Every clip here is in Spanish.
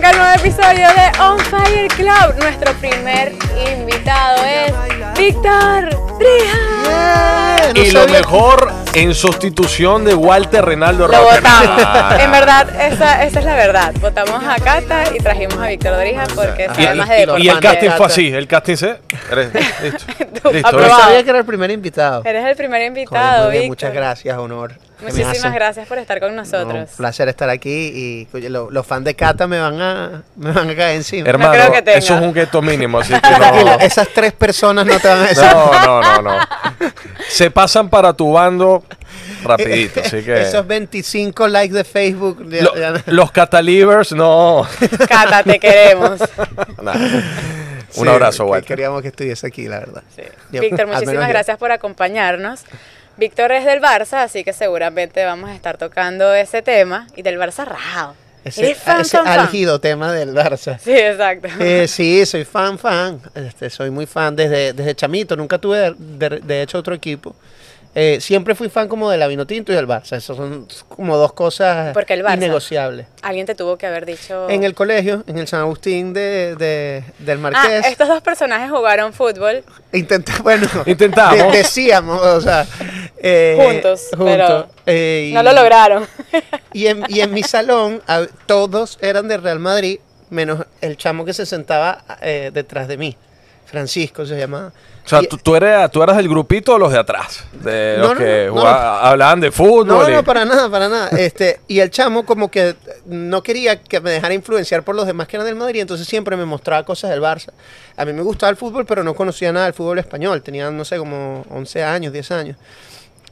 Ah, episodio de On Fire Club. Nuestro primer invitado es Víctor Trija. Yeah, Eh, no y lo sabía- mejor en sustitución de Walter Reinaldo Lo Rocker. votamos. Ah. En verdad, esa, esa es la verdad. Votamos a Cata y trajimos a Víctor Drija porque Y, sabe el- más de y- deporte. y el casting Cata. fue así, el casting se... eres- Listo. Tú, listo, No aprobado. sabía que era el primer invitado. Eres el primer Coño, invitado, muy bien, Víctor. muchas gracias, honor. que me Muchísimas hacen. gracias por estar con No, nosotros. un placer estar aquí y coño, lo- los fans de Cata me van a, me van a caer encima. Hermano, creo que tenga. eso es un gueto mínimo, así que Tranquila, no... esas tres personas no te van a decir. No, no, no, no. Se pasan para tu bando rapidito, así que... Esos 25 likes de Facebook. ya- Lo- ya- los catalivers, no. Cata, te queremos. Nah. Sí, Un abrazo, que- Walter. Queríamos que estuviese aquí, la verdad. Sí. Yo- Víctor, al menos muchísimas yo. gracias por acompañarnos. Víctor es del Barça, así que seguramente vamos a estar tocando ese tema y del Barça rajado. Ese, Eres fan, ese fan, fan. álgido tema del Barça. Sí, exacto. Eh, sí, soy fan, fan. Este, soy muy fan desde, desde chamito. Nunca tuve, de, de- de hecho, otro equipo. Eh, siempre fui fan como del Vinotinto y del Barça. Esas son como dos cosas Porque el Barça. Oh. innegociables. Alguien te tuvo que haber dicho. En el colegio, en el San Agustín de, de- del ah, Marqués, estos dos personajes jugaron fútbol. intenté- bueno, Intentamos. de- decíamos, o sea, eh, Juntos, pero eh, y- No lo lograron. Y en, y en mi salón a- todos eran de Real Madrid, menos el chamo que se sentaba eh, detrás de mí. Francisco se llamaba. O sea, Y- tú, tú eres, tú eras del grupito de los de atrás, de No, los no, que no, no. jugaba- hablaban de fútbol. eh. no, y- no, para nada, para nada. Este, y el chamo como que no quería que me dejara influenciar por los demás que eran del Madrid, entonces siempre me mostraba cosas del Barça. A mí me gustaba el fútbol, pero no conocía nada del fútbol español. Tenía, no sé, como 11 años, 10 años.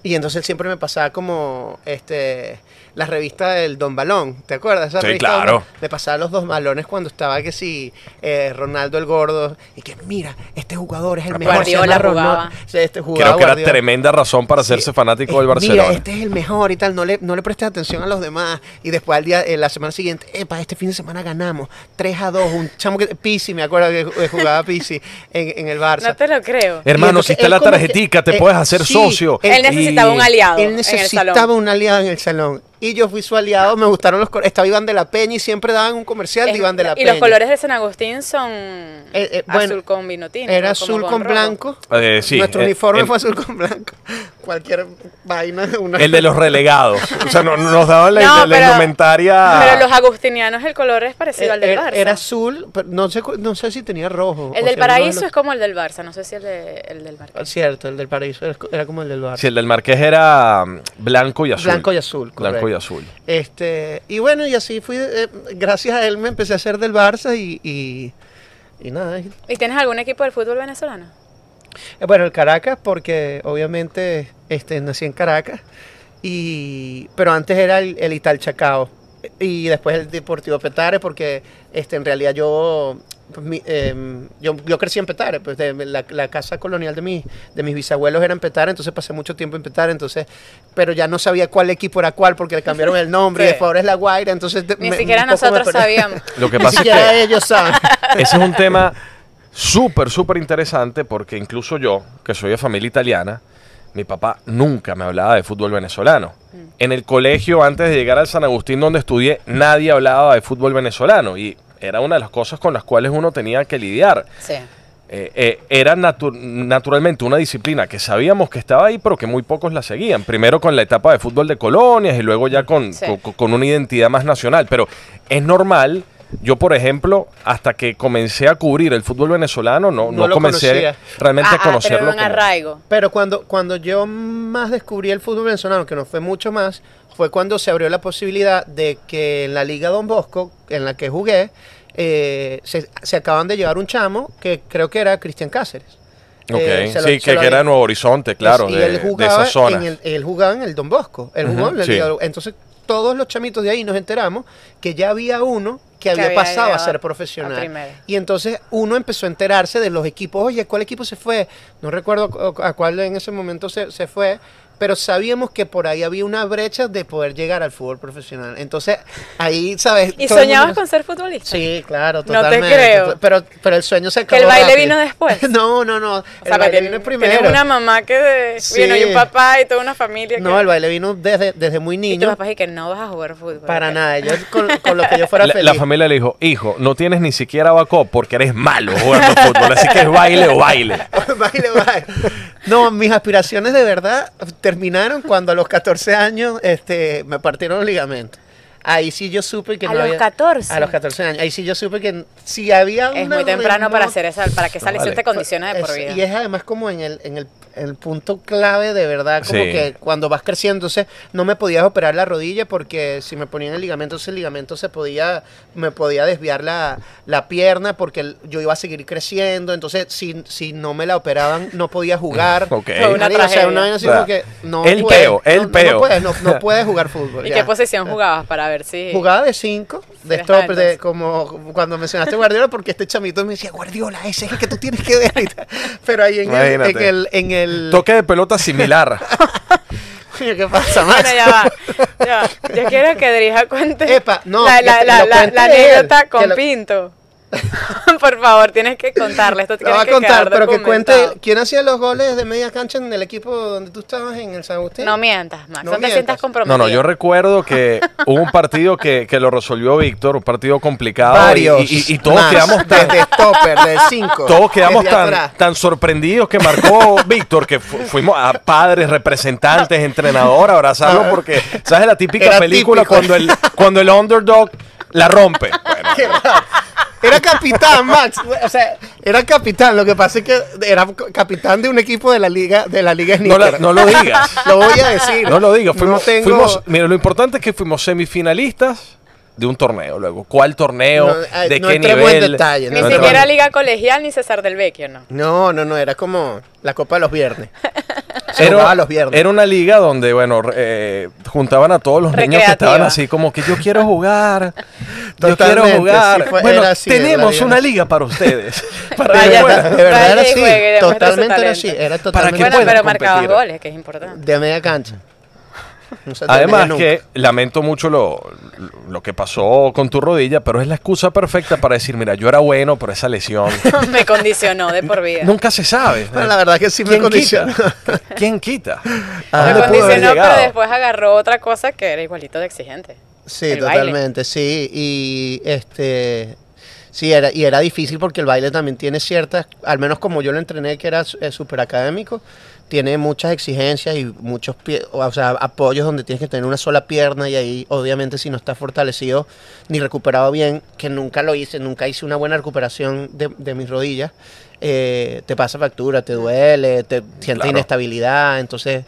Y entonces él siempre me pasaba como este la revista del Don Balón, ¿te acuerdas? Esa Sí, revista claro. donde Me pasaba los dos balones cuando estaba que si eh, Ronaldo el gordo y que mira, este jugador es el mejor. se llama Guardiola Ronaldo. jugaba. Sí, este jugaba Creo que era Guardiola. tremenda razón para hacerse Sí. fanático Eh, del Barcelona. Mira, este es el mejor y tal, no le, no le prestes atención a los demás. Y después al día, eh, la semana siguiente, epa, este fin de semana ganamos 3 a 2, un chamo que, Pisi, me acuerdo que ju- eh, jugaba Pisi en, en el Barça. No te lo creo. Eh, Hermano, entonces si está él la como que- tarjetica, te eh, puedes hacer sí, socio. él Él necesitaba un aliado. Él en el necesitaba salón. un aliado en el salón. Y yo fui su aliado, me gustaron los colores. Estaba Iván de la Peña y siempre daban un comercial de Es- Iván de la y Peña. los colores de San Agustín son eh, bueno, azul con vino tinto. Era como azul con rojo. blanco. Eh, sí, Nuestro eh, uniforme el- fue azul con blanco. Cualquier vaina. una- El de los relegados. O sea, no- no nos daban la, No, la pero- indumentaria. Pero los agustinianos el color es parecido al del Era- Barça. Eh, Era azul, pero no sé, cu- no sé si tenía el del rojo. o sea, uno de paraíso los- es como el del Barça, no sé si el, de- el del Barça. Cierto, el del paraíso era, co- era como el del bar. Sí, el del Marqués era mm, blanco y azul. Blanco y azul, Blanco y correcto. azul. Este, y bueno, y así fui, eh, gracias a él me empecé a hacer del Barça y, y, y nada. y- ¿Y tienes algún equipo del fútbol venezolano? eh, Bueno, el Caracas, porque obviamente este, nací en Caracas, y, pero antes era el, el Ital Chacao y después el Deportivo Petare, porque este, en realidad yo, pues, mi- em, yo, yo crecí en Petare, pues de- la, la casa colonial de, mis de mis bisabuelos era en Petare, entonces pasé mucho tiempo en Petare, entonces, pero ya no sabía cuál equipo era cuál, porque le cambiaron el nombre, y Sí. después ahora es La Guaira, entonces... de- Ni me- siquiera un poco me nosotros perdí. sabíamos. Lo que Ni pasa es que siquiera ellos saben. Ese es un tema súper, súper interesante porque incluso yo, que soy de familia italiana, mi papá nunca me hablaba de fútbol venezolano. En el colegio, antes de llegar al San Agustín donde estudié, nadie hablaba de fútbol venezolano y era una de las cosas con las cuales uno tenía que lidiar. Sí. Eh, eh, era natu- naturalmente una disciplina que sabíamos que estaba ahí, pero que muy pocos la seguían. Primero con la etapa de fútbol de colonias y luego Mm, ya con, Sí. co- co- con una identidad más nacional. Pero es normal. Yo, por ejemplo, hasta que comencé a cubrir el fútbol venezolano, no, No no lo comencé conocía. realmente a tener conocerlo. ah, un como- arraigo. Pero cuando, cuando yo más descubrí el fútbol venezolano, que no fue mucho más, fue cuando se abrió la posibilidad de que en la Liga Don Bosco, en la que jugué, eh, se, se acaban de llevar un chamo que creo que era Cristian Cáceres. Ok, Eh, se lo- sí, se que, lo que era había- de Nuevo Horizonte, claro, y de, él de jugaba esa zona. En el, él jugaba en el Don Bosco. Él jugó Ujú, en la sí. Liga Don- Entonces, todos los chamitos de ahí nos enteramos que ya había uno que había, había pasado a llegado ser a profesional. primera. y entonces uno empezó a enterarse de los equipos. Oye, ¿cuál equipo se fue? No recuerdo cu- a cuál en ese momento se, se fue. pero sabíamos que por ahí había una brecha de poder llegar al fútbol profesional. Entonces, ahí, ¿sabes? ¿Y Todo el soñabas mundo- con ser futbolista? Sí, claro, No te totalmente. creo. Tot- Pero, pero el sueño se Que acabó el baile rápido. vino después. No, no, no. O sea, el baile que vino tienes primero. una mamá que de- Sí. vino y un papá y toda una familia. No, que... el baile vino desde, desde muy Y tu niño. papá dice que no vas a jugar fútbol. Para ok. nada. Yo con, con lo que yo fuera La, feliz. la familia le dijo, hijo, no tienes ni siquiera backup porque eres malo jugando fútbol, así que es baile o baile. Baile, baile. No, mis aspiraciones de verdad terminaron cuando a los 14 años este, me partieron los ligamentos. Ahí sí yo supe que A no los había- 14. A los 14 años. Ahí sí yo supe que n- si había Es una muy temprano para remota- hacer esa, para que esa No, lesión vale. te condicione de por Es- vida. Y es además como en el, en el, en el punto clave de verdad, como Sí. que cuando vas creciendo, entonces no me podías operar la rodilla porque si me ponían el ligamento, ese ligamento se podía, me podía desviar la, la pierna porque el- yo iba a seguir creciendo, entonces si, si no me la operaban no podía jugar. Ok. Fue una Marico, o sea, una tragedia. vaina así Claro. como que no El puedes, peo, el no- no peo. puedes, no, no puedes jugar fútbol. ¿Y ya. qué posición jugabas para ver si...? Jugaba de 5, de Tres stopper, de- altos. como cuando mencionaste Guardiola, porque este chamito me decía, Guardiola, ese es el que tú tienes que ver. y tal. Pero ahí en el, en Imagínate. el, en el- Toque de pelota similar. Coño, ¿Qué pasa, Max? Bueno, ya va, ya va. Yo quiero que Drija cuente Epa, no, la, que la- te la- lo la- cuente la él, anécdota que con lo- Pinto. por favor, tienes que contarle. Esto Lo tiene va a que contar, quedar pero que documentado. cuente quién hacía los goles de media cancha en el equipo donde tú estabas en el San Agustín. No mientas, Max. No, No te mientas. sientas No, comprometido. no, yo recuerdo que hubo un partido que, que lo resolvió Víctor, un partido complicado. y- Varios. Y, y- y todos más, quedamos tan, Desde stopper, de 5. todos quedamos tan, tan sorprendidos que marcó Víctor, que fu- fuimos a padres, representantes, entrenador, a abrazarlo, porque, ¿sabes? La típica Era película típico. cuando el, cuando el underdog la rompe. Bueno, Era capitán, Max. O sea, era capitán. Lo que pasa es que era capitán de un equipo de la liga, de la liga no, la- Sneaker. no lo digas. Lo voy a decir. No lo digas. Fuimos, No tengo- fuimos- mira, lo importante es que fuimos semifinalistas de un torneo luego. ¿Cuál torneo? No, ay, ¿De no qué entremos en nivel? detalle, Ni No, siquiera no. Liga Colegial ni César del Vecchio, no. No, no, no. Era como la Copa de los Viernes. Se Era, jugaba los viernes. era una liga donde, bueno, re- eh, juntaban a todos los niños que estaban Recreativa. así como que yo quiero jugar, yo Totalmente, quiero jugar. sí fue- bueno, era así, tenemos era una liga para ustedes, para que Vaya, de puedan- verdad, de verdad vaya era y así. juegue, demuestre su totalmente era talento. así. Era Para que totalmente Bueno, puedan pero marcabas competir. goles, que es importante. de media cancha. No se te olvida Además nunca. que lamento mucho lo, lo que pasó con tu rodilla, pero es la excusa perfecta para decir, mira, yo era bueno, pero esa lesión Me condicionó de por vida. nunca se sabe. Bueno, la verdad que sí me ¿Quién condicionó. quita? ¿Quién quita? Ah. ¿A Me dónde pudo haber condicionó, pero llegado? después agarró otra cosa que era igualito de exigente. Sí, El baile. totalmente, sí. Y este. Sí, era, y era difícil porque el baile también tiene ciertas, al menos como yo lo entrené, que era súper académico, tiene muchas exigencias y muchos pie- o sea, apoyos donde tienes que tener una sola pierna y ahí obviamente si no estás fortalecido ni recuperado bien, que nunca lo hice, nunca hice una buena recuperación de, de mis rodillas, eh, te pasa factura, te duele, te sientes Claro. inestabilidad, entonces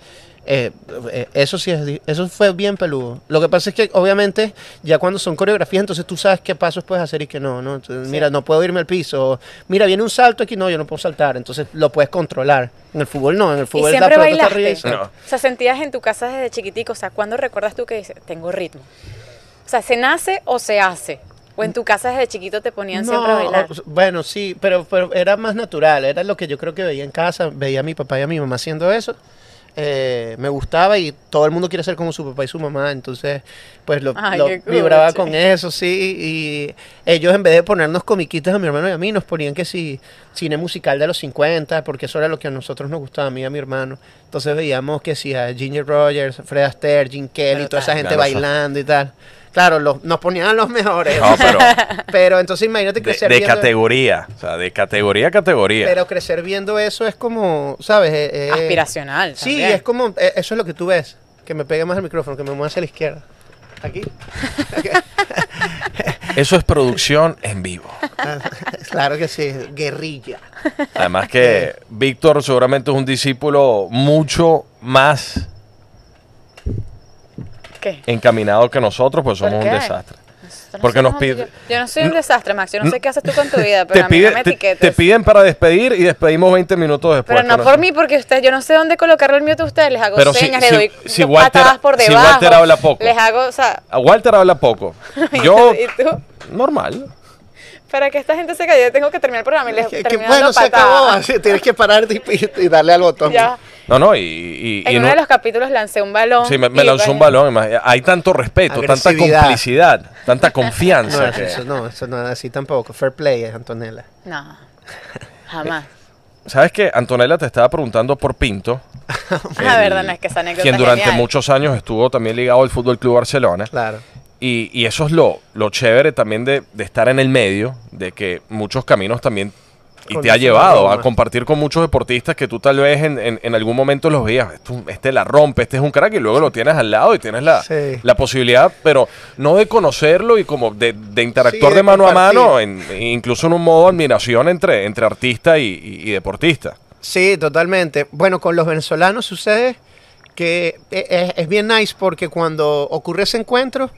eh, eh, eso sí es, di- eso fue bien peludo. Lo que pasa es que obviamente ya cuando son coreografías, entonces tú sabes qué pasos puedes hacer y qué no, ¿no? Entonces, Mira, no puedo irme al piso. o, Mira, viene un salto aquí, no, yo no puedo saltar. Entonces lo puedes controlar. En el fútbol no, en el ¿Y fútbol la siempre pelota está arriba y bailaste? salta. No. O sea, sentías en tu casa desde chiquitico, o sea, ¿cuándo recuerdas tú que dices, tengo ritmo? O sea, ¿se nace o se hace? ¿O en tu casa desde chiquito te ponían siempre a No, bailar? o- bueno, sí, pero, pero era más natural, era lo que yo creo que veía en casa, veía a mi papá y a mi mamá haciendo eso. eh, me gustaba y todo el mundo quiere ser como su papá y su mamá, entonces pues lo, Ay, lo qué cool, vibraba sí. con eso, sí, y ellos en vez de ponernos comiquitas a mi hermano y a mí, nos ponían que sí, cine musical de los 50, porque eso era lo que a nosotros nos gustaba, a mí y a mi hermano, entonces veíamos que sí, a Ginger Rogers, Fred Astaire, Jim Kelly, toda esa Brutal. gente Claro, eso. bailando y tal. Claro, los- nos ponían a los mejores. No, pero Pero entonces imagínate de, crecer de viendo, categoría, o sea, de categoría a categoría. pero crecer viendo eso es como, ¿sabes? Eh, eh, Aspiracional. Sí, también. es como, eh, eso es lo que tú ves. Que me pegue más el micrófono, que me mueva hacia la izquierda. Aquí. Eso es producción en vivo. Ah, claro que sí, guerrilla. Además que Víctor seguramente es un discípulo mucho más ¿Qué? encaminado que nosotros, pues somos qué? un desastre. Nosotros porque somos nos así, pide- Yo, yo no soy un desastre, Max. Yo no sé qué haces tú con tu vida, pero Te, a mí pide- no me te- etiquetes. te piden para despedir y despedimos 20 minutos después. pero no con por eso. mí, porque usted, yo no sé dónde colocarle el mute a ustedes. Les hago Pero si- señas, si- les doy si dos Walter- patadas por si debajo. Walter habla poco. Les hago, o sea... A Walter habla poco. Yo, ¿Y tú? normal. Para que esta gente se calle, tengo que terminar el programa y les Que, que, termino bueno, dando se acabó. patadas. así, tienes que pararte y, y- y darle al botón. Ya, No, no, y, y- En y uno no- de los capítulos lancé un balón. Sí, me, me y lanzó un bueno, balón. imagínate. Hay tanto respeto, tanta Agresividad. complicidad, tanta confianza. No, que- eso no, eso no es así tampoco. Fair play es Antonella. No, jamás. ¿Sabes qué? Antonella te estaba preguntando por Pinto, Ah, verdad, no es que esa anécdota quien es durante genial. muchos años estuvo también ligado al Fútbol Club Barcelona. Claro. Y, y eso es lo, lo chévere también de, de estar en el medio, de que muchos caminos también y Con te ha eso llevado broma. a compartir con muchos deportistas que tú tal vez en, en- en algún momento los veías, "Esto- este la rompe, este es un crack y luego lo tienes al lado y tienes la, Sí. la posibilidad, pero no de conocerlo y como de, de interactuar Sí, de, de mano a mano, compartir. en- e incluso en un modo de admiración entre, entre artista y, y- y deportista. Sí, totalmente. Bueno, con los venezolanos sucede que e- es, es bien nice porque cuando ocurre ese encuentro,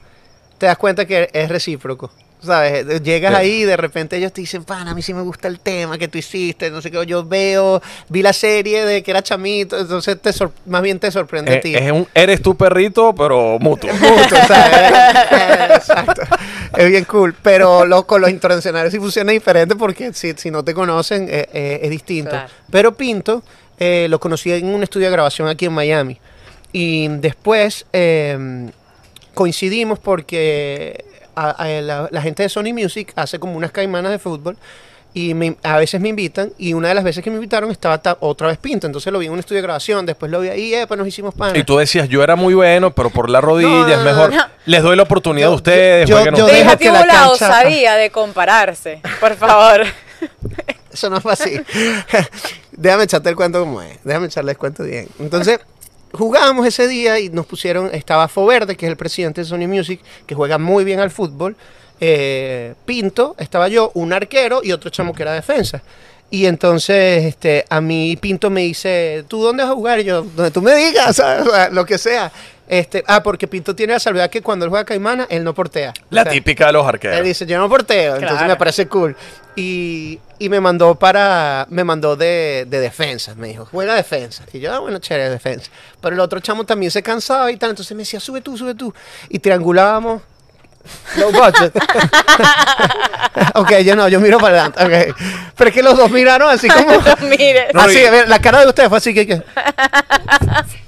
te das cuenta que es recíproco. ¿Sabes? Eh, Llegas Sí. ahí y de repente ellos te dicen, pana, a mí sí me gusta el tema que tú hiciste, no sé qué, yo veo, vi la serie de que era chamito, entonces te sor- más bien te sorprende a Eh, Es, ti. es un eres tu perrito, pero mutuo. Justo, ¿sabes? Eh, Exacto. Es bien cool. Pero lo- con los internacionales sí funciona diferente porque si, si no te conocen eh, eh, es distinto. Claro. Pero Pinto eh, lo conocí en un estudio de grabación aquí en Miami. Y después eh, coincidimos porque a- a- la, la gente de Sony Music hace como unas caimanas de fútbol. Y me- a veces me invitan, y una de las veces que me invitaron estaba ta- otra vez Pinto. Entonces lo vi en un estudio de grabación, después lo vi ahí, epa, nos hicimos pan. Y tú decías, yo era muy bueno, pero por la rodilla No, no, es mejor. no. Les doy la oportunidad a Yo- ustedes. yo- jueguen yo ustedes. dejo- Déjate que hubo la la cancha- osadía este de compararse, por favor. Eso no fue así. Déjame echarte el cuento como es. Déjame echarle el cuento bien. Entonces, jugábamos ese día y nos pusieron, estaba Foverde, que es el presidente de Sony Music, que juega muy bien al fútbol. eh, Pinto, estaba yo, un arquero y otro chamo que era defensa. Y entonces, este, a mí Pinto me dice, ¿tú dónde vas a jugar? Y yo, donde tú me digas, ¿sabes? O sea, lo que sea. Este, ah, porque Pinto tiene la salvedad que cuando él juega Caimana, él no portea. La O sea, típica de los él arqueros. dice, yo no porteo, entonces Claro. me parece cool. Y, y me mandó para, me mandó de, de defensa, me dijo, juega defensa. Y yo, ah, bueno, chévere, defensa. Pero el otro chamo también se cansaba y tal, entonces me decía, sube tú, sube tú. Y triangulábamos. Low budget. ok, yo no, yo miro para adelante. ok. Pero es que los dos miraron así como... Mire. No, así, y- a ver, la cara de ustedes fue así que... que-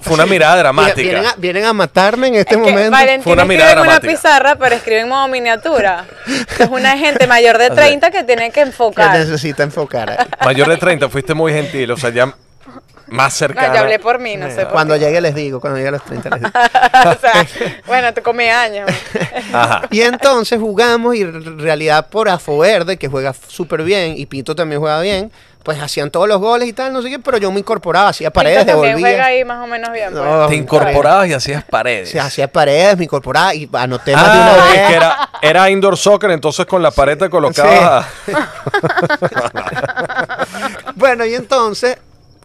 Fue una mirada vienen, a, dramática. vienen a matarme en este Es que momento. Fue Valentín una escribe mirada en una dramática. pizarra, pero escribe en modo miniatura. Es una gente mayor de 30 que tiene que Que enfocar. No, necesita enfocar. ahí. Mayor de 30, fuiste muy gentil, o sea, ya más cercana. yo hablé por mí, no sé por Cuando qué. llegue les digo, cuando llegue a los 30 les digo. o sea, bueno, tú comí años. Ajá. Y entonces jugamos y en realidad por Afoverde, que juega súper bien, y Pinto también juega bien, pues hacían todos los goles y tal, no sé qué, pero yo me incorporaba, hacía paredes, Pinto también juega devolvía. ahí más o menos bien. pues. No, Te incorporabas y hacías O paredes. sea, hacía paredes, me incorporaba y anoté más Ah, de es una que vez. era, era indoor soccer, entonces con la pared te colocabas. Bueno, y entonces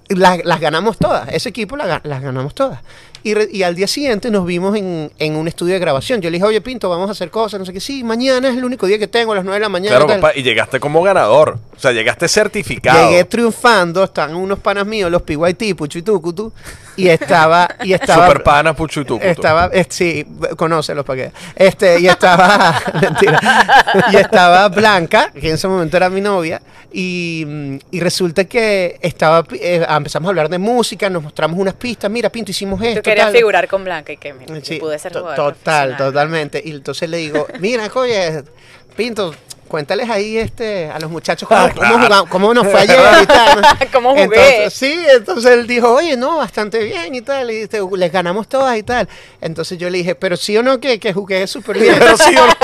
las, las ganamos todas, ese equipo la ga- las ganamos todas. Y, re- y al día siguiente nos vimos en, en un estudio de grabación. Yo le dije, oye Pinto, vamos a hacer cosas, no sé qué, sí, mañana es el único día que tengo, a las 9 de la mañana. Claro, tal. papá, y llegaste como ganador. O sea, llegaste certificado. Llegué triunfando, estaban unos panas míos, los PYT, Puchu y Tucutu, y estaba, y estaba. Super pana, puchu y tucutu. Estaba, eh, sí, conócelos para que. Este, y estaba, mentira. Y estaba Blanca, que en ese momento era mi novia, y, mm, y resulta que estaba, eh, empezamos a hablar de música, nos mostramos unas pistas, mira, Pinto, hicimos esto. Tú querías tal. figurar con Blanca y que mira, yo Sí, pude ser to- jugador Total, profesional. totalmente. Y entonces le digo, mira, oye, Pinto, cuéntales ahí este, a los muchachos cómo, cómo jugamos- cómo nos fue ayer y tal. ¿Cómo jugué? Entonces, sí, entonces él dijo, oye, no, bastante bien y tal. Y este, les ganamos todas y tal. Entonces yo le dije, pero sí o no que, que jugué súper bien. ¿Sí o no?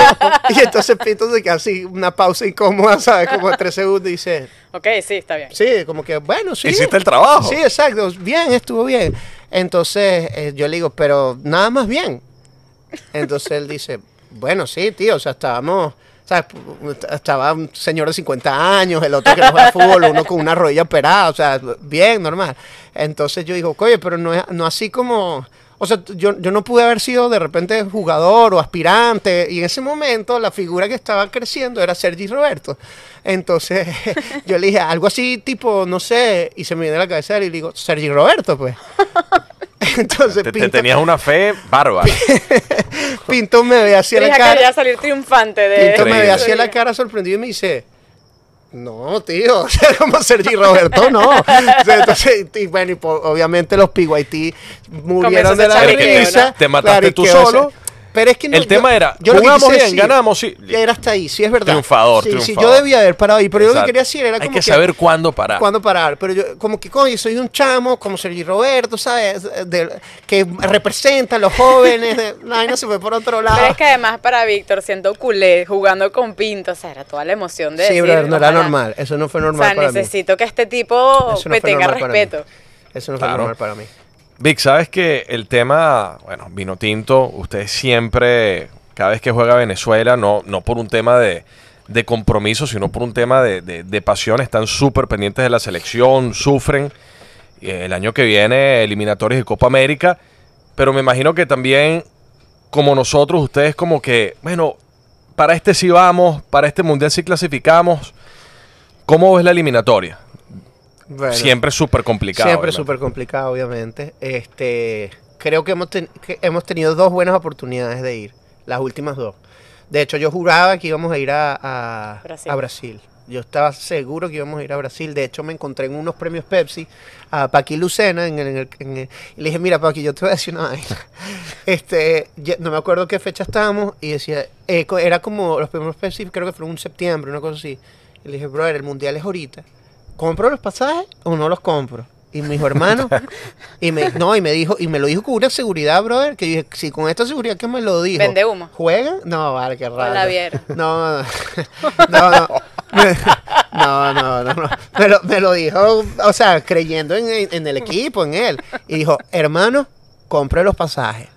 y entonces Pinto se queda así, una pausa incómoda, ¿sabes? Como tres segundos y dice... Ok, sí, está bien. Sí, como que, bueno, sí. Hiciste el trabajo. Sí, exacto. Bien, estuvo bien. Entonces eh, yo le digo, pero nada más bien. Entonces él dice, bueno, sí, tío, o sea, estábamos. ¿sabes? Estaba un señor de 50 años, el otro que no juega fútbol, uno con una rodilla operada, o sea, bien, normal. Entonces yo digo, oye, pero no, es, no así como. O sea, yo, yo no pude haber sido de repente jugador o aspirante. Y en ese momento la figura que estaba creciendo era Sergi Roberto. Entonces yo le dije algo así tipo, no sé, y se me viene a la cabeza y le digo, Sergi Roberto, pues. Entonces Te, te Pinto, tenías una fe bárbara. Pinto me ve así a Dije la que cara. quería salir triunfante de Pinto me ve Increíble. así a la cara sorprendido y me dice, No, tío, o sea, como Sergi Roberto, no. O sea, entonces, y bueno, y por- obviamente los PYT murieron Comenzó de ese la chalequeo, risa. ¿no? Te mataste claro, y tú que, o sea, solo. Pero es que no, El tema yo- era, yo lo que jugamos quise bien, decir ganamos, sí. Era hasta ahí, sí es verdad. Triunfador, sí, sí, triunfador. yo debía haber parado ahí, pero yo lo Exacto. que quería decir era Hay como que saber cuándo parar. cuándo parar. Pero yo, como que, coño, soy un chamo como Sergi Roberto, ¿sabes? De- que representa a los jóvenes. de- la vaina se fue por otro lado. Pero es que además para Víctor, siendo culé, jugando con Pinto, o sea, era toda la emoción de sí, decir, brother, no era ojalá. normal. Eso no fue O normal sea, para mí. necesito que este tipo Eso no me fue tenga normal para mí. respeto. Eso no fue Claro. normal para mí. Vic, sabes que el tema, bueno, vino tinto, ustedes siempre, cada vez que juega Venezuela, no, no por un tema de, de compromiso, sino por un tema de, de- de pasión, están súper pendientes de la selección, sufren. Y El año que viene, eliminatorias de Copa América, pero me imagino que también, como nosotros, ustedes como que, bueno, para este sí vamos, para este mundial sí clasificamos. ¿Cómo ves la eliminatoria? Bueno. siempre súper complicado. Siempre obviamente. súper complicado, obviamente. Este, creo que hemos, ten- que hemos tenido dos buenas oportunidades de ir, las últimas dos. De hecho, yo juraba que íbamos a ir a, a- Brasil. a Brasil. Yo estaba seguro que íbamos a ir a Brasil. De hecho, me encontré en unos premios Pepsi a Paqui Lucena. En el- en el- en el- y le dije, mira, Paqui, yo te voy a decir una vaina. Este, ya- no me acuerdo qué fecha estábamos. Y decía, eh, co- era como los primeros Pepsi, creo que fueron un septiembre, una cosa así. Y le dije, brother, el mundial es ahorita. ¿Compro los pasajes o no los compro? Y me dijo, hermano, y me, no, y me dijo, y me lo dijo con una seguridad, brother, que yo dije, si con esta seguridad que me lo dijo. Vende humo. ¿Juega? No, vale, qué raro. Con la viera. No, no, no, no. No, no, no, no. Me lo, me lo dijo, o sea, creyendo en, en- en el equipo, en él. Y dijo, hermano, compré los pasajes.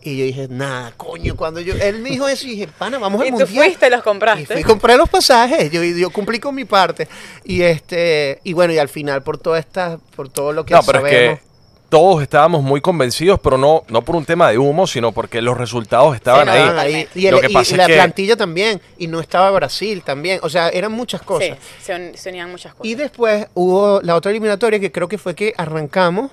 Y yo dije, nada, coño, cuando yo... Él me dijo eso y dije, pana, vamos al Y tú mundial. fuiste, los Y fui compraste. y compré los pasajes, yo, yo cumplí con mi parte. Y este, y bueno, y al final por toda esta, por todo lo que No, pero sabemos. es que todos estábamos muy convencidos, pero no, no por un tema de humo, sino porque los resultados estaban Sí, ahí. no, no, no. Y, el- Lo que y- pasa y es la que- plantilla también. Y no estaba Brasil también. O sea, eran muchas cosas. Sí, se, un- se unían muchas cosas. Y después hubo la otra eliminatoria que creo que fue que arrancamos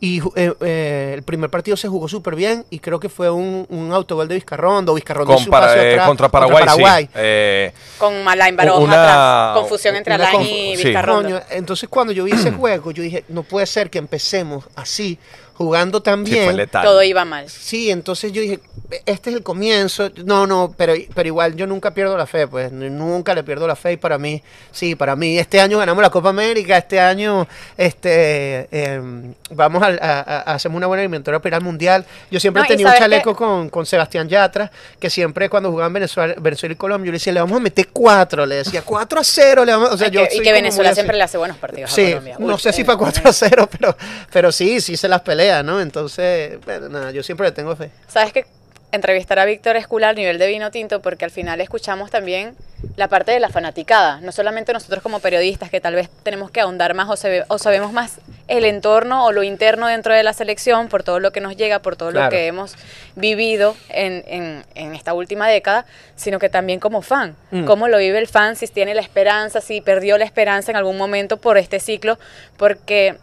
y ju- eh, eh, el primer partido se jugó súper bien y creo que fue un, un autogol de Vizcarrondo. Vizcarrondo Con hizo un Para- pase eh, atrás contra Paraguay, sí. Eh, Con Malain Baroja Una- atrás. Confusión entre una Alain confu- y sí. Vizcarrondo. Coño, entonces cuando yo vi ese juego, yo dije, no puede ser que empecemos así, jugando tan sí, fue bien. letal. Todo iba mal. Sí, entonces yo dije, este es el comienzo. No, no, pero, pero igual yo nunca pierdo la fe, pues n- nunca le pierdo la fe. Y para mí, sí, para mí, este año ganamos la Copa América, este año este, em, vamos al- a, a- hacemos una buena eliminatoria para ir al Mundial. Yo siempre No, he y tenido un ¿sabes chaleco qué? con, con Sebastián Yatra, que siempre cuando jugaban Venezuela, Venezuela y Colombia, yo le decía, le vamos a meter cuatro, le decía, 4 a 0, le vamos a... O sea, Y yo que- soy y como que muy Venezuela así. siempre le hace buenos partidos a Sí, Colombia. no Uy, sé si eh, para 4 a 0, pero, pero sí, sí se las pelea, ¿no? Entonces, bueno, nada, yo siempre le tengo fe. Sabes que entrevistar a Víctor es cool al nivel de vino tinto porque al final escuchamos también la parte de la fanaticada. No solamente nosotros como periodistas que tal vez tenemos que ahondar más o, sabe- o sabemos más el entorno o lo interno dentro de la selección por todo lo que nos llega, por todo Claro. lo que hemos vivido en, en- en esta última década, sino que también como fan. Mm. Cómo lo vive el fan, si tiene la esperanza, si perdió la esperanza en algún momento por este ciclo, porque...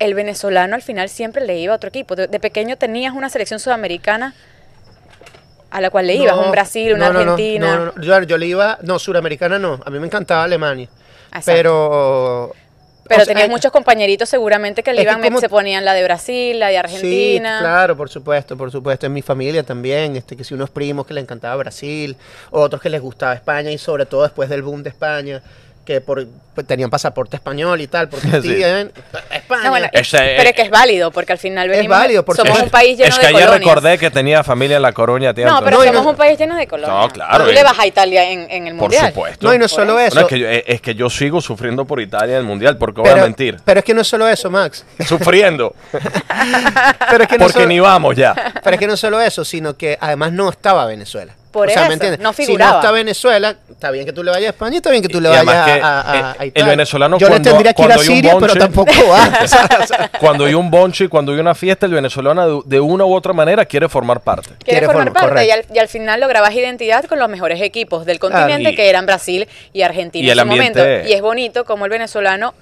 El venezolano al final siempre le iba a otro equipo. De- de pequeño tenías una selección sudamericana a la cual le ibas, No, un Brasil, una no, no, no, Argentina. No, no, no, Yo, yo le iba, no, suramericana no, a mí me encantaba Alemania, Exacto. pero... Pero o sea, eh, tenías hay- muchos compañeritos seguramente que le Es que iban, me- como- se ponían la de Brasil, la de Argentina. Sí, claro, por supuesto, por supuesto. En mi familia también, este, que si unos primos que les encantaba Brasil, otros que les gustaba España y sobre todo después del boom de España, que por, pues, tenían pasaporte español y tal, porque Sí. tienen- España. No, Ah, bueno, eh, Ese- pero es que es válido, porque al final Es venimos, válido, porque- somos un país lleno es que de ayer colonias. recordé que tenía familia en La Coruña, tío. No, pero Antonio. y somos no- un país lleno de colonias. No, claro, Tú eh. le vas a Italia en, en el Por Mundial. supuesto. no, y no es solo eso. Bueno, es, que yo, eh, es que yo sigo sufriendo por Italia en el Mundial, porque voy pero, a mentir. pero es que no es solo eso, Max. Sufriendo, Pero es que no porque solo- ni vamos ya. Pero es que no solo eso, sino que además no estaba Venezuela. Por o sea, eso, ¿me entiendes? no Si figuraba. no está Venezuela, está bien que tú le vayas a España y está bien que tú le Y además vayas a, que, a- a- eh, a el Italia. venezolano Yo cuando- le tendría que ir a cuando hay un Siria, pero bonche- tampoco va. O sea, o sea, Cuando hay un bonche y cuando hay una fiesta, el venezolano de de una u otra manera quiere formar parte. Quiere Quiere formar formar, parte y al, y al final lograbas identidad con los mejores equipos del continente y- que eran Brasil y Argentina y en el su ambiente- momento. Y es bonito como el venezolano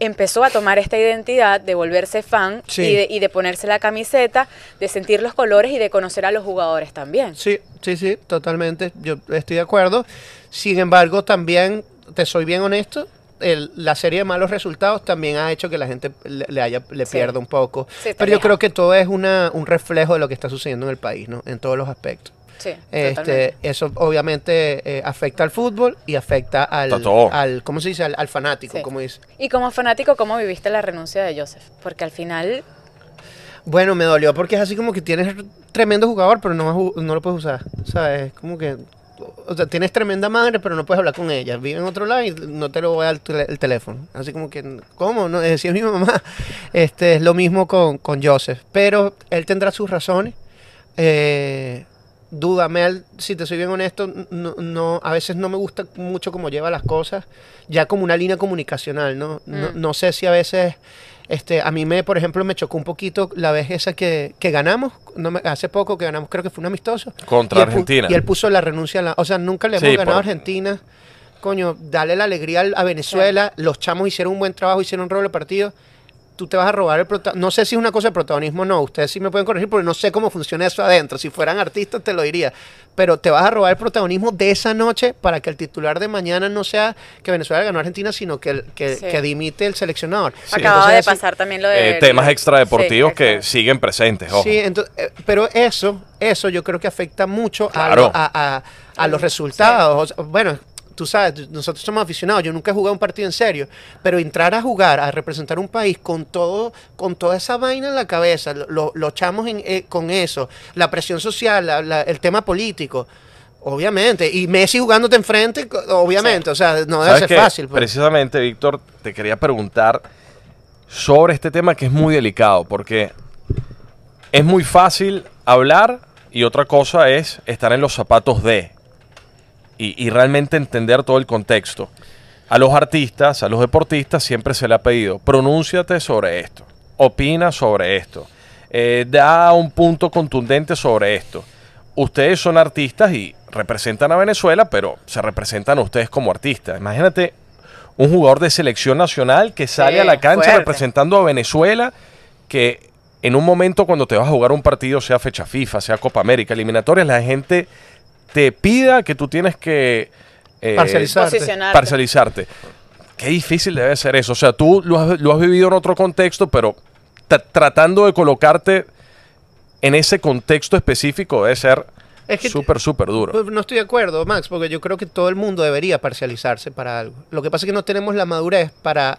empezó a tomar esta identidad de volverse fan Sí. y, de, y de ponerse la camiseta, de sentir los colores y de conocer a los jugadores también. Sí, sí, sí, totalmente. Yo estoy de acuerdo. Sin embargo, también te soy bien honesto, el- la serie de malos resultados también ha hecho que la gente le, le haya, le Sí. pierda un poco. Sí, está Pero yo vieja. creo que todo es una, un reflejo de lo que está sucediendo en el país, ¿no? En todos los aspectos. Sí, Este, totalmente. eso obviamente eh, afecta al fútbol y afecta al, A todo. al ¿cómo se dice? Al, al fanático, Sí. como dice. Y como fanático, ¿cómo viviste la renuncia de Joseph? Porque al final, Bueno, me dolió porque es así como que tienes tremendo jugador, pero no, vas a ju- no lo puedes usar. ¿Sabes? Como que. O sea, tienes tremenda madre, pero no puedes hablar con ella. Vive en otro lado y no te lo voy a dar el tele- el teléfono. Así como que, ¿cómo? No, decía mi mamá. Este, es lo mismo con, con Joseph. Pero él tendrá sus razones. Eh, dúdame, al- si te soy bien honesto, n- no, no- a veces no me gusta mucho cómo lleva las cosas, ya como una línea comunicacional, ¿no? No, Mm. no sé si a veces, este, a mí me, por ejemplo, me chocó un poquito la vez esa que, que ganamos, no me- hace poco que ganamos, creo que fue un amistoso. Contra y él pu- Argentina. y él puso la renuncia, a la- o sea, nunca le hemos Sí, ganado a por- Argentina. Coño, dale la alegría al- a Venezuela. Los chamos hicieron un buen trabajo, hicieron un rol de partido tú te vas a robar el protagonismo. No sé si es una cosa de protagonismo o no. Ustedes sí me pueden corregir porque no sé cómo funciona eso adentro. Si fueran artistas te lo diría. Pero te vas a robar el protagonismo de esa noche para que el titular de mañana no sea que Venezuela ganó a Argentina, sino que, el- que, Sí. que dimite el seleccionador. acababa de Entonces, así- pasar también lo de... Eh, temas extradeportivos Sí, que exacto. siguen presentes. Ojo. Sí, entonces, eh, pero eso, eso yo creo que afecta mucho a Claro. lo- a, a- a los resultados. O sea, bueno, tú sabes, nosotros somos aficionados, yo nunca he jugado un partido en serio, pero entrar a jugar, a representar un país con todo, con toda esa vaina en la cabeza, lo- lo- los chamos en- eh, con eso, la presión social, la- la- el tema político. Obviamente, y Messi jugándote enfrente, co- obviamente, o sea, no debe ¿Sabes ser qué? fácil. pues. Precisamente, Víctor, te quería preguntar sobre este tema que es muy delicado, porque es muy fácil hablar y otra cosa es estar en los zapatos de y, y realmente entender todo el contexto. A los artistas, a los deportistas siempre se le ha pedido, pronúnciate sobre esto, opina sobre esto, eh, da un punto contundente sobre esto. Ustedes son artistas y representan a Venezuela, pero se representan a ustedes como artistas. Imagínate un jugador de selección nacional que sale Sí, a la cancha fuerte. representando a Venezuela, que en un momento cuando te vas a jugar un partido, sea fecha FIFA, sea Copa América, eliminatorias, la gente te pida que tú tienes que... eh, Parcializar. Posicionarte. parcializarte. Qué difícil debe ser eso. O sea, tú lo has, lo has vivido en otro contexto, pero tra- tratando de colocarte en ese contexto específico debe ser Es que- súper, súper duro. Pues no estoy de acuerdo, Max, porque yo creo que todo el mundo debería parcializarse para algo. Lo que pasa es que no tenemos la madurez para,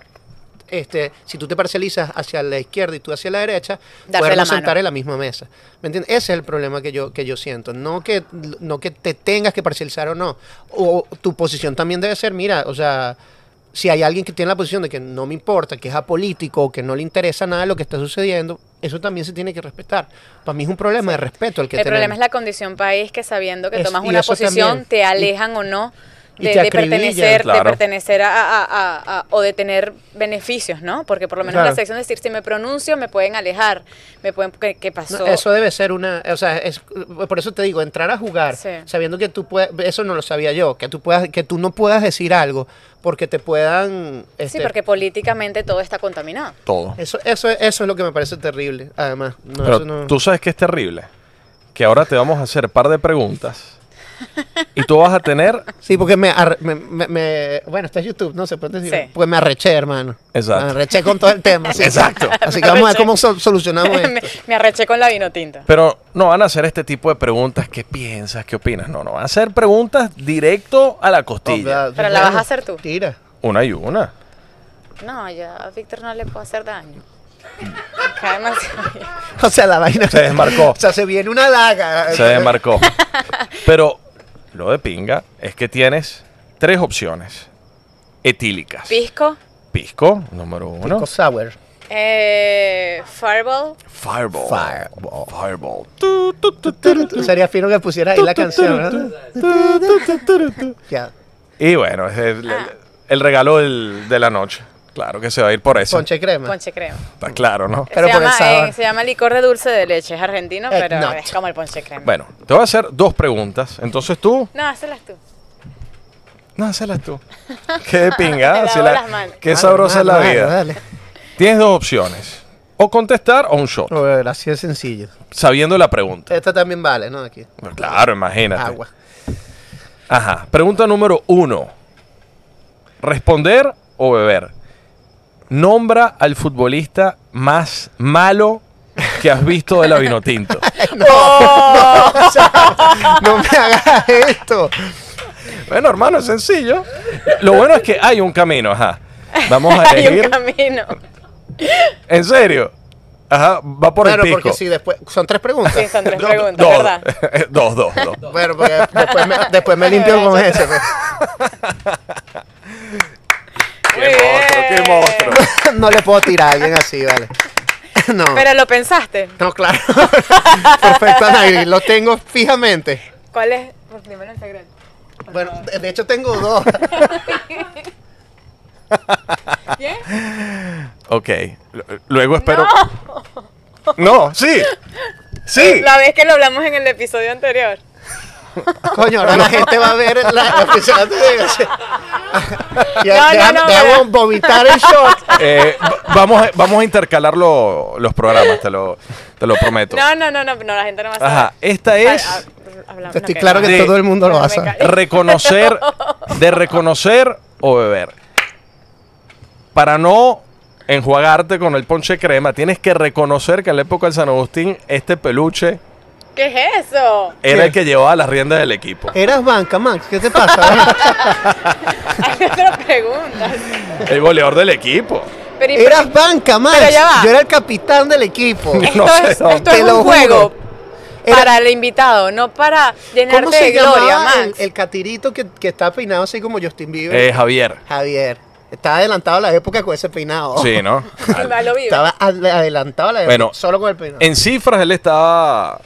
este, si tú te parcializas hacia la izquierda y tú hacia la derecha, Darse la podernos mano. sentar en la misma mesa. ¿Me entiendes? Ese es el problema que yo, que yo siento. No que, no que te tengas que parcializar o no. O tu posición también debe ser, mira, o sea, si hay alguien que tiene la posición de que no me importa, que es apolítico, o que no le interesa nada lo que está sucediendo, eso también se tiene que respetar. Para mí es un problema de respeto el que El tenemos. problema es la condición país que sabiendo que Es- tomas y una eso posición también. te Y- alejan o no y de, te de pertenecer, acribillan. de Claro. pertenecer a, a- a- a- o de tener beneficios, ¿no? Porque por lo menos en la Claro. sección de decir si me pronuncio me pueden alejar, me pueden ¿qué, qué pasó? No, eso debe ser una, o sea, es, por eso te digo, entrar a jugar Sí. sabiendo que tú puedes, eso no lo sabía yo, que tú puedas, que tú no puedas decir algo porque te puedan, sí, este, porque políticamente todo está contaminado. Todo. eso, eso, eso es lo que me parece terrible, además. No, Pero eso no- tú sabes que es terrible. Que ahora te vamos a hacer par de preguntas y tú vas a tener... Sí, porque me, arre- me, me- me- bueno, esto es YouTube, no se puede decir, Sí. pues me arreché, hermano. Exacto. Me arreché con todo el tema. sí. Exacto. Así que vamos a ver cómo sol- solucionamos me, esto. me arreché con la vino tinta. Pero no van a hacer este tipo de preguntas. ¿Qué piensas? ¿Qué opinas? No, no. Van a hacer preguntas directo a la costilla. Pero la vas a hacer tú. ah, Tira. Una y una. No, ya a Víctor no le puedo hacer daño. Está demasiado bien. O sea, la vaina Se desmarcó. O sea, se viene una daga. Se desmarcó. Pero lo de pinga es que tienes tres opciones etílicas. Pisco, Pisco, número uno. Pico sour. eh, Fireball, Fireball. Fireball. Fireball. Sería fino que pusiera ahí la canción, ¿no? Ya. Y bueno, es el, el- el regalo del- de la noche. Claro que se va a ir por eso. Ponche crema. ponche crema. Está claro, ¿no? Pero se, por el llama, sabor. eh, se llama licor de dulce de leche, es argentino, Eh, pero no. es como el ponche crema. Bueno, te voy a hacer dos preguntas. Entonces tú No, hacelas tú. No, hacelas tú. Qué de pinga. Te ¿eh? Si lavo la- las manos. qué sabrosa es la Dale, vida. dale, Tienes dos opciones. O contestar o un shot. dale. Bueno, así es sencillo. Sabiendo la pregunta. Esta también vale, ¿no? Aquí. Claro, imagínate. Agua. Ajá. Pregunta número uno. Responder o beber. Nombra al futbolista más malo que has visto de la Vinotinto. O sea, no me hagas esto. Bueno, hermano, es sencillo. Lo bueno es que hay un camino, ajá. Vamos a Hay un elegir. camino. ¿En serio? Ajá, va por Claro, el porque pico. si después. Son tres preguntas. Sí, son tres Do- preguntas, dos, ¿verdad? dos, dos, dos. Bueno, porque después me, después me limpio con ese. pues. Qué monstruo, qué monstruo. No le puedo tirar a alguien así, vale. No. Pero lo pensaste. No, claro. Perfecto, Anaí. Lo tengo fijamente. ¿Cuál es? Pues Dímelo en secreto. Bueno, de- de hecho tengo dos. ¿Bien? Ok. Lu- Luego espero. No, sí. Sí. La vez que lo hablamos en el episodio anterior. Ah, Coño, ahora la gente va a ver la, la oficina de No, no, Ya, déjame- no, déjame pero- vomitar el shot. Eh, va- vamos, a, vamos a intercalar lo- los programas, te lo, te lo prometo. No, no, no, no, no, la gente no va a saber. Ajá, esta es Ha- ha- hablamos, Estoy ok. claro que De- todo el mundo lo Pero va a me saber. ca- reconocer, de reconocer o beber. Para no enjuagarte con el ponche crema, tienes que reconocer que en la época del San Agustín, este peluche ¿Qué es eso? era ¿Qué? el que llevaba las riendas del equipo. Eras banca, Max. ¿Qué te pasa? Hay otra pregunta. El goleador del equipo. Pero, y- Eras banca, Max. Pero ya va. Yo era el capitán del equipo. No esto sé es, dónde. esto es Te un lo juro. juego Era- para el invitado, no para llenarte ¿Cómo se de gloria, llamaba el, Max. el catirito que, que está peinado así como Justin Bieber? Eh, Javier. Javier. Estaba adelantado a la época con ese peinado. Sí, ¿no? Ya lo vive. Estaba adel- adelantado a la época Bueno, solo con el peinado. En cifras él estaba.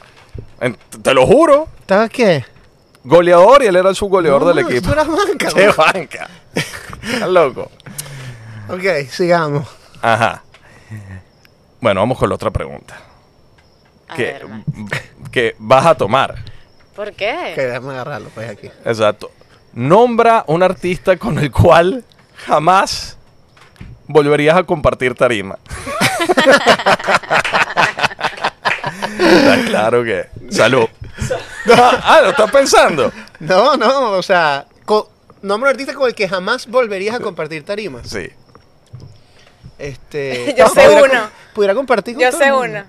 en- te lo juro. ¿Estaba qué? Goleador y él era el subgoleador No, del Max, equipo. Tú eras banca. ¡Qué Max. banca! Estás loco. Ok, sigamos. Ajá. Bueno, vamos con la otra pregunta. A Que, ver, Max. que vas a tomar. ¿Por qué? Ok, déjame agarrarlo pues aquí. Exacto. Nombra un artista con el cual jamás volverías a compartir tarima. Está claro que. Salud. Ah, lo estás pensando. No, no, o sea, co- nombre de artista con el que jamás volverías a compartir tarimas. Sí. Este, Yo no, sé pudiera uno. com- Pudiera compartir con Yo todo sé el mundo. uno.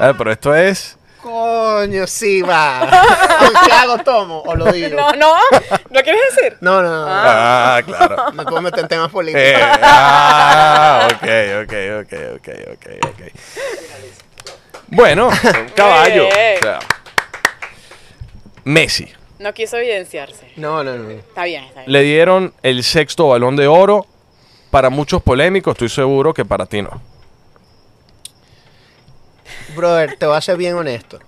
Ah, pero esto es. Coño, sí va. ¿O ¿Qué hago? Tomo o lo digo. No, no, ¿lo quieres decir? No, no, no. Ah, claro. Me puedo meter en temas políticos. Eh, ah, ok, ok, ok, ok, ok, ok. Bueno, un caballo. Muy bien. o sea. Messi. No quiso evidenciarse. No, no, no. Está bien, está bien. Le dieron el sexto balón de oro. Para muchos polémicos, estoy seguro que para ti no. Brother, te voy a ser bien honesto.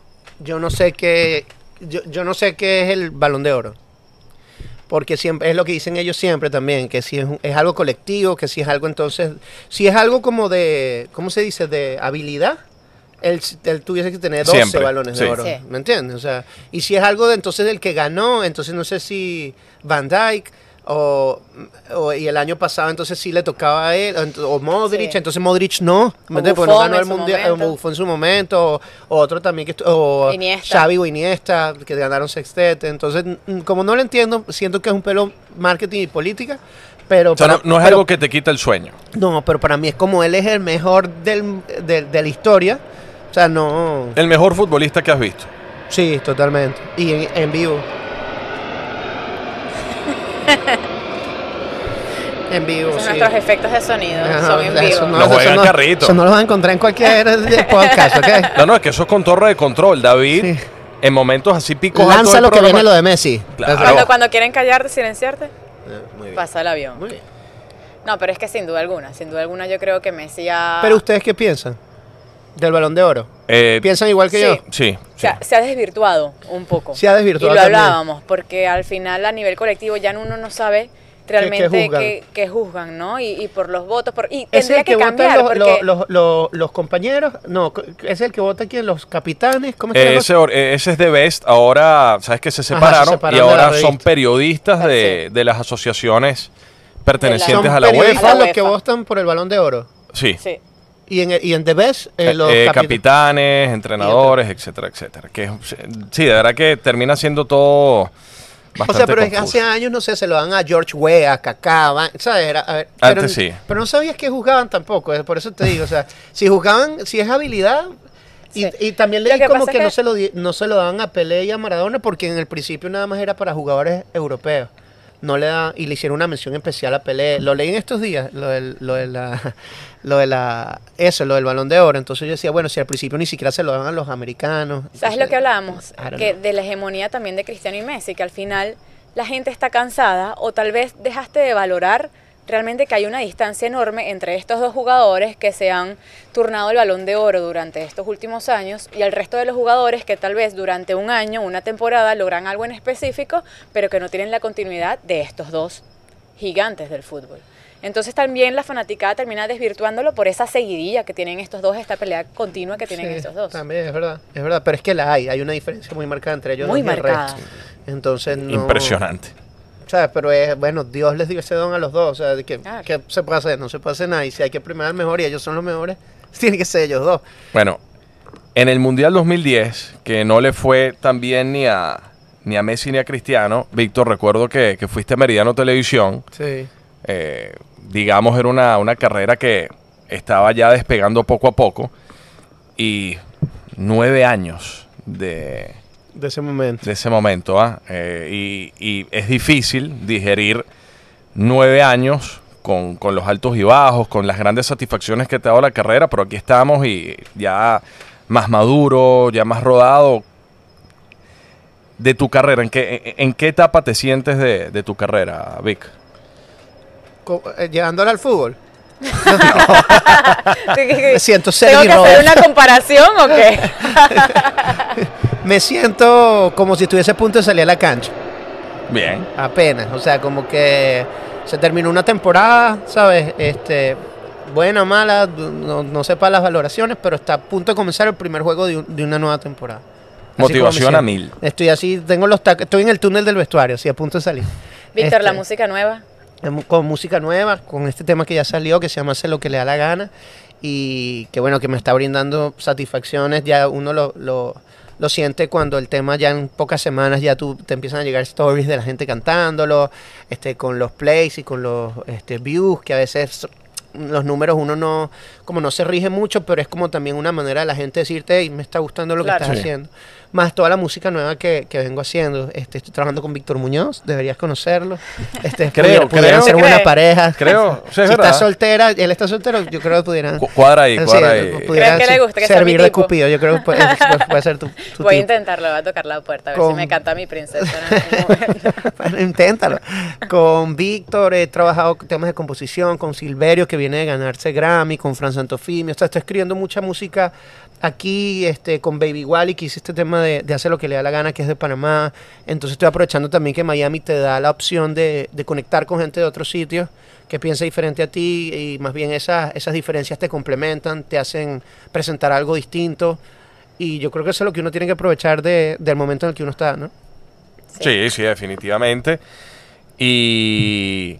Yo no sé qué. Yo, yo no sé qué es el balón de oro. Porque siempre es lo que dicen ellos siempre también, que si es, un- es algo colectivo, que si es algo entonces, si es algo como de, ¿cómo se dice? De habilidad, él, él tuviese que tener 12 Siempre, balones de sí. oro, Sí. ¿me entiendes? O sea, y si es algo de entonces del que ganó, entonces no sé si Van Dyke o, o- y el año pasado entonces sí le tocaba a él, o ent- o Modric, Sí. entonces Modric no, ¿me entiendes? Porque no Buffon ganó en el su mundial, eh, momento. o Buffon en su momento, o, o otro también que estu- o Iniesta. Xavi o Iniesta, que ganaron sextete. Entonces, mm, como no lo entiendo, siento que es un pelo marketing y política, pero... O sea, no, para- no es pero- algo que te quita el sueño. No, pero para mí es como él es el mejor del, del- de la historia. O sea, no... El mejor futbolista que has visto. Sí, totalmente. Y en, en vivo. en vivo, Son sí. nuestros efectos de sonido, Ajá, son en o sea, eso vivo. No juegan eso carrito. Eso no lo vas a encontrar en cualquier eh, podcast, ¿ok? No, no, es que eso es con torre de control, David. Sí. En momentos así picos altos Lanza del lo que programa- viene lo de Messi. Claro. Cuando, cuando quieren callarte, silenciarte, Eh, Muy bien. pasa el avión. No, pero es que sin duda alguna, sin duda alguna yo creo que Messi ha... Pero ustedes qué piensan del Balón de Oro? Eh, ¿Piensan igual que sí. yo? Sí. se, ha, se ha desvirtuado un poco. Se ha Y desvirtuado lo también. hablábamos, porque al final a nivel colectivo ya uno no sabe realmente qué juzgan. qué- qué juzgan, ¿no? Y, y por los votos, por, y ¿Es tendría el que, que, cambiar, votan los, porque... los- los- los- los compañeros? No, co- ¿es el que vota quién? ¿Los capitanes? ¿Cómo es que Eh, los- Ese, or- eh, ese es de Best, ahora, ¿sabes que Se separaron, separaron y de la ahora revista. son periodistas de, de las asociaciones pertenecientes ¿Son a la periodistas UEFA. A la los que UEFA. votan por el Balón de Oro? Sí. Sí. y en, y en The Best, eh, los Eh, capit- capitanes, entrenadores, etcétera, etcétera. Que, es- sí, de verdad que termina siendo todo O bastante sea, pero es que confuso. hace años, no sé, se lo dan a George Weah, a Kaká, va- ¿sabes? Era- a ver, pero, Antes sí. Pero no sabías que juzgaban tampoco, eh, por eso te digo, o sea, si juzgaban, si es habilidad... Y, Sí. y también Lo leí que como pasa que, es no, que- se lo di- no se lo daban a Pelé y a Maradona porque en el principio nada más era para jugadores europeos. No le daban- y le hicieron una mención especial a Pelé. Lo leí en estos días, lo, del- lo de la, lo de la, eso, lo del balón de oro. Entonces yo decía, bueno, si al principio ni siquiera se lo dan a los americanos. ¿Sabes lo que hablábamos? I don't Que know. de la hegemonía también de Cristiano y Messi, que al final la gente está cansada o tal vez dejaste de valorar realmente que hay una distancia enorme entre estos dos jugadores que se han turnado el balón de oro durante estos últimos años y al resto de los jugadores que tal vez durante un año, una temporada, logran algo en específico, pero que no tienen la continuidad de estos dos gigantes del fútbol. Entonces también la fanaticada termina desvirtuándolo por esa seguidilla que tienen estos dos, esta pelea continua que tienen Sí, estos dos. También es verdad, es verdad, pero es que la hay, hay una diferencia muy marcada entre ellos. Muy dos y el marcada. resto. Entonces no. Impresionante. ¿Sabes? Pero es, bueno, Dios les dio ese don a los dos. O sea, de que, Claro. ¿qué se puede hacer? No se puede hacer nada. Y si hay que premiar al mejor y ellos son los mejores, tienen que ser ellos dos. Bueno, en el Mundial 2010, que no le fue tan bien ni a, ni a Messi ni a Cristiano, Víctor, recuerdo que, que fuiste a Meridiano Televisión. Sí. eh, digamos, era una, una carrera que estaba ya despegando poco a poco. Y nueve años de, De ese momento. de ese momento, ¿ah? Eh, y, y es difícil digerir nueve años con, con los altos y bajos, con las grandes satisfacciones que te ha dado la carrera, pero aquí estamos y ya más maduro, ya más rodado. De tu carrera, ¿en qué, en- en qué etapa te sientes de, de tu carrera, Vic? Co- eh, Llevándola al fútbol. Me Me siento ¿Tengo Sergi que hacer Roberto. una comparación o qué? Me siento como si estuviese a punto de salir a la cancha. Bien. apenas, o sea, como que se terminó una temporada, ¿sabes? Este, buena, mala, du- no, no sepa las valoraciones, pero está a punto de comenzar el primer juego de, un- de una nueva temporada. Así Motivación a como me mil. siento. Estoy así, tengo los tac- estoy en el túnel del vestuario, así a punto de salir. Víctor, la Este, música nueva. em, con música nueva, con este tema que ya salió, que se llama Hace lo que le da la gana, y que bueno, que me está brindando satisfacciones, ya uno lo, lo, lo siente cuando el tema ya en pocas semanas ya tú te empiezan a llegar stories de la gente cantándolo, este, con los plays y con los este, views, que a veces los números uno no, como no se rige mucho, pero es como también una manera de la gente decirte, "Ey, me está gustando lo Claro. que estás Sí. haciendo. Más toda la música nueva que, que vengo haciendo. Este, estoy trabajando con Víctor Muñoz, deberías conocerlo. Creo, Este, creo, pudieran creo. ser ¿Se buena cree? pareja. Creo, sí, es si verdad. está soltera, él está soltero, yo creo que pudieran. Cu- cuadra ahí, sí, cuadra ahí. pudieran Creo que le gusta que sea mi servir de tipo. cupido, yo creo que puede, puede- puede ser tu, tu Voy a tipo. intentarlo, voy a tocar la puerta, a ver si Con- me canta mi princesa. en algún momento. Bueno, inténtalo. Con Víctor he trabajado con temas de composición, con Silverio que viene de ganarse Grammy, con Fran Santofimio. O sea, estoy escribiendo mucha música aquí, este, con Baby Wally que hice este tema de, de hacer lo que le da la gana, que es de Panamá. Entonces estoy aprovechando también que Miami te da la opción de, de conectar con gente de otros sitios que piensa diferente a ti y más bien esas, esas diferencias te complementan, te hacen presentar algo distinto. Y yo creo que eso es lo que uno tiene que aprovechar de- del momento en el que uno está, ¿no? Sí, sí, definitivamente. Y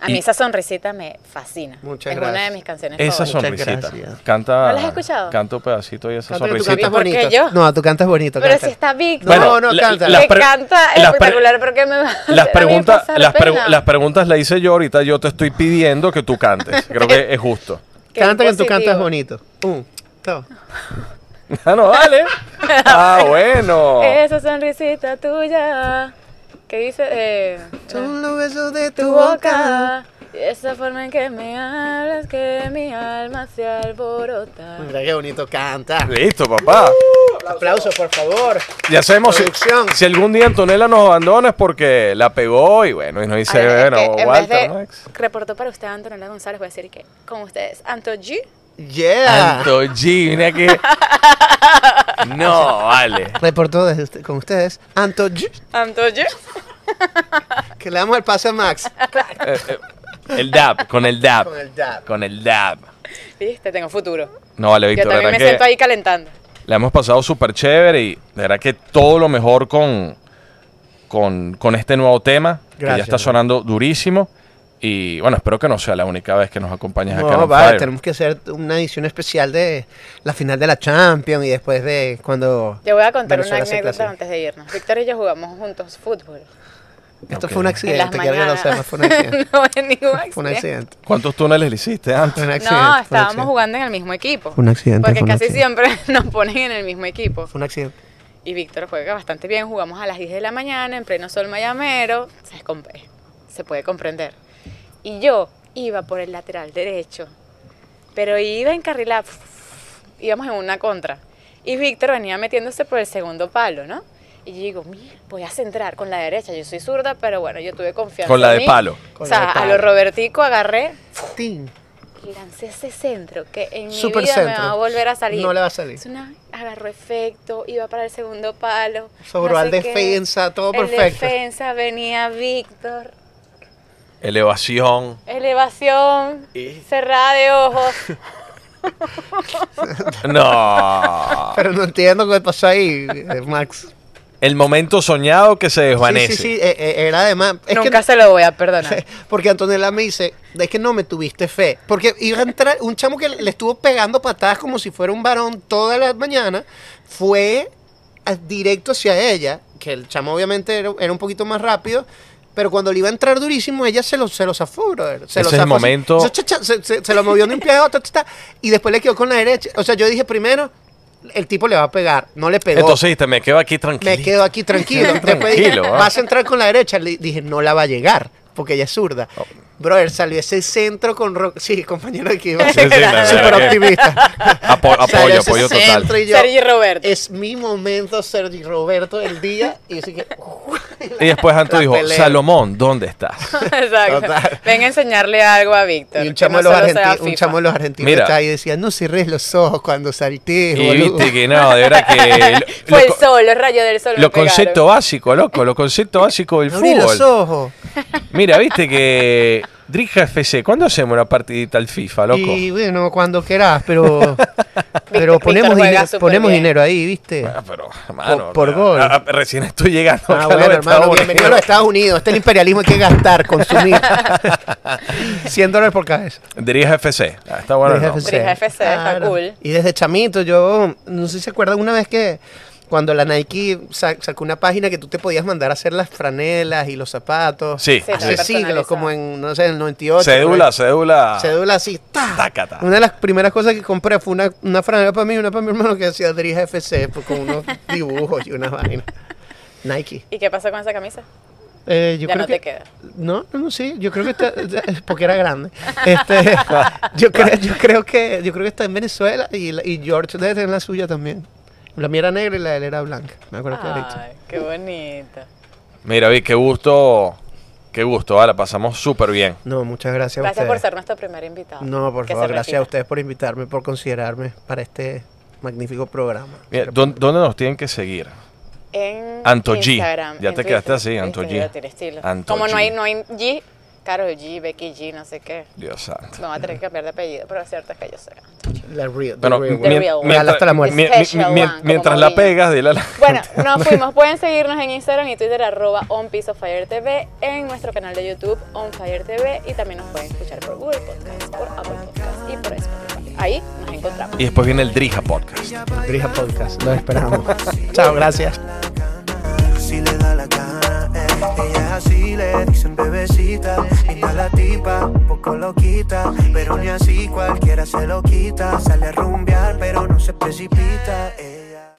A mí Y- esa sonrisita me fascina. Muchas es una de gracias. mis canciones esa favoritas. son- sonrisita. gracias. Canta, ¿No la has escuchado? Canta un pedacito y esa Cántale tú, sonrisita. cantas ¿Por qué yo? bonito. No, tú cantas bonito. Pero canta. si está Víctor, Bueno, no, canta. que las canta las pre- espectacular, ¿por qué me va a hacer a las mí preguntas, pasar las, pregu- pena? las preguntas las hice yo ahorita. Yo te estoy pidiendo que tú cantes. Creo que es justo. Qué Canta que tú positivo. cantas bonito. Mm, Un, dos. Ah, no, dale. Ah, bueno. Esa sonrisita tuya, que dice... eh, Son los besos de tu boca, y esa forma en que me hablas, que mi alma se alborota. Mira qué bonito canta. Listo, papá. Aplauso, por favor. Ya sabemos si, Producción. si algún día Antonella nos abandona es porque la pegó y bueno, y nos dice, Ahora, es bueno, que en vez Walter, de- ¿no, ex? Reportó para usted Antonella González, voy a decir que con ustedes, Anto G. Yeah. Tanto G, mira que... No, vale. Reportó desde usted- con ustedes Anto G, Anto G. que le damos el pase a Max Eh, eh, el dab, con el dab. con el dab. Con el dab. Viste, tengo futuro. No, vale, Yo Víctor, de también me verdad siento que ahí calentando. la hemos pasado súper chévere y de verdad que todo lo mejor con, con, con este nuevo tema, que ya Gracias, está bro. sonando durísimo. Y bueno, espero que no sea la única vez que nos acompañes acá. en No, On vale, Fire. tenemos que hacer una edición especial de la final de la Champions y después de cuando... Te voy a contar Venezuela una se anécdota clasifica. antes de irnos. Víctor y yo jugamos juntos fútbol. Esto Ok. fue un en las accidente, quiero este que lo mañanas. sepas, fue un accidente. no es ningún Fue un accidente. accidente. ¿Cuántos túneles le hiciste antes? Fue un accidente. No, fue un estábamos accidente. jugando en el mismo equipo. Fue un accidente. Porque fue un casi accidente. siempre nos ponen en el mismo equipo. Fue un accidente. Y Víctor juega bastante bien. Jugamos a las 10 de la mañana en pleno sol mayamero. Se, com- se puede comprender. Y yo iba por el lateral derecho. Pero iba encarrilada. Íbamos en una contra. Y Víctor venía metiéndose por el segundo palo, ¿no? Y yo digo, mira, voy a centrar con la derecha. Yo soy zurda, pero bueno, yo tuve confianza. Con la en de mí. palo. O Con la sea, de a palo. lo Robertico agarré Tin. y lancé ese centro que en mi Super vida me centro. va a volver a salir. No le va a salir. Es una- agarró efecto, iba para el segundo palo. Sobró no al sé qué. defensa, todo El perfecto. defensa venía Víctor, Elevación. elevación, Y- cerrada de ojos. No. Pero no entiendo qué pasó ahí, eh, Max. El momento soñado que se Sí, desvanece. sí, sí, eh, eh, era además... Es Nunca que, se lo voy a perdonar. porque Antonella me dice, es que no me tuviste fe. Porque iba a entrar un chamo que le estuvo pegando patadas como si fuera un varón toda la mañana, fue a- directo hacia ella, que el chamo obviamente era, era un poquito más rápido, pero cuando le iba a entrar durísimo, ella se lo, se lo zafó, brother. Se Ese lo es el zafó así. momento. Cha, cha, cha, Se, se- se lo movió de un pie a otro, ta, ta, y después le quedó con la derecha. O sea, yo dije primero, el tipo le va a pegar, no le pegó. Entonces dijiste, me quedo aquí tranquilo. Me quedo aquí tranquilo. Después dije, Tranquilo, ¿ah? vas a entrar con la derecha. Le dije, no la va a llegar, porque ella es zurda. Oh. Brother, salió ese centro con... Ro- Sí, compañero, aquí iba a Sí, sí, ser la verdad súper que- optimista. Apo- Salió apoyo, ese apoyo total. centro y yo, Sergi Roberto. Es mi momento, Sergi Roberto, el día. Y así que... Y después Anto La dijo, pelea. Salomón, ¿dónde estás? Exacto. Total. Ven a enseñarle algo a Víctor. Y un que no chamo, de los solo sea argentinos, un FIFA. chamo de los argentinos Mira. está ahí y decía, no cerres los ojos cuando saltes, Y boludo. viste que no, de verdad que... lo- lo Fue el co- sol, los rayos del sol. me Lo pegaron. concepto básico, loco, lo concepto básico del Abrí los fútbol. ojos. Mira, viste que... Drija FC, ¿cuándo hacemos una partidita al FIFA, loco? Y bueno, cuando querás, pero... pero Víctor ponemos, juega dinero, súper ponemos bien. dinero ahí, ¿viste? Ah, pero, mano, eh, por ah, gol. ah, recién estoy llegando. acá Ah, a los bueno, Estados hermano, Unidos. bienvenido a los Estados Unidos. Este es el imperialismo, hay que gastar, consumir. 100 dólares por cabeza. Dirija FC. Ah, está bueno. Desde ¿no? FC. Dirija FC, está cool. Y desde chamito, yo no sé si se acuerdan una vez que cuando la Nike sa- sacó una página que tú te podías mandar a hacer las franelas y los zapatos. Sí. Sí, Hace está siglos, personalizado. como en, no sé, en el 98. Cédula, cédula. por ahí. Cédula así, ¡ta! Tácata. Una de las primeras cosas que compré fue una, una franela para mí y una para mi hermano que decía Dirija FC pues, con unos dibujos y unas vainas. Nike. ¿Y qué pasó con esa camisa? Eh, yo Ya creo no que, te queda. No, no, no, sí, yo creo que está, porque era grande. Este, yo, creo, yo creo que yo creo que está en Venezuela y, la- y George debe tener la suya también. La mía era negra y la de él era blanca. Me acuerdo que era Ay, qué bonito. Mira, vi, qué gusto. Qué gusto, ah, la pasamos súper bien. No, muchas gracias, Gracias a por ustedes. ser nuestro primer invitado. No, por que se favor, gracias a retira. ustedes por invitarme, por considerarme para este magnífico programa. Mira, ¿dó- ¿Dónde nos tienen que seguir? En Anto G. Instagram, Ya en te Twitter. quedaste así, Anto Viste, G. ya tiene estilo. Anto Como no hay, G. no hay G, Carol G, Becky G, no sé qué. Dios santo. No va a tener que cambiar de apellido, pero lo cierto es que yo sé. La real, the Bueno, real mien- one. The real one. mientras, Hasta la muerte. mien- mien- Special mien- one, como mientras la Molina. pegas, dile a la- Bueno, nos fuimos. Pueden seguirnos en Instagram y Twitter, arroba On Piece of Fire TV, en nuestro canal de YouTube, On Fire TV, y también nos pueden escuchar por Google Podcast, por Apple Podcast y por Spotify. Ahí nos encontramos. Y después viene el Drija Podcast. Drija Podcast, los esperamos. Chao, gracias. si le da la gana. eh. Ella es así, le dicen bebecita. Linda la tipa, un poco loquita. Pero ni así cualquiera se lo quita. Sale a rumbear, pero no se precipita. Ella-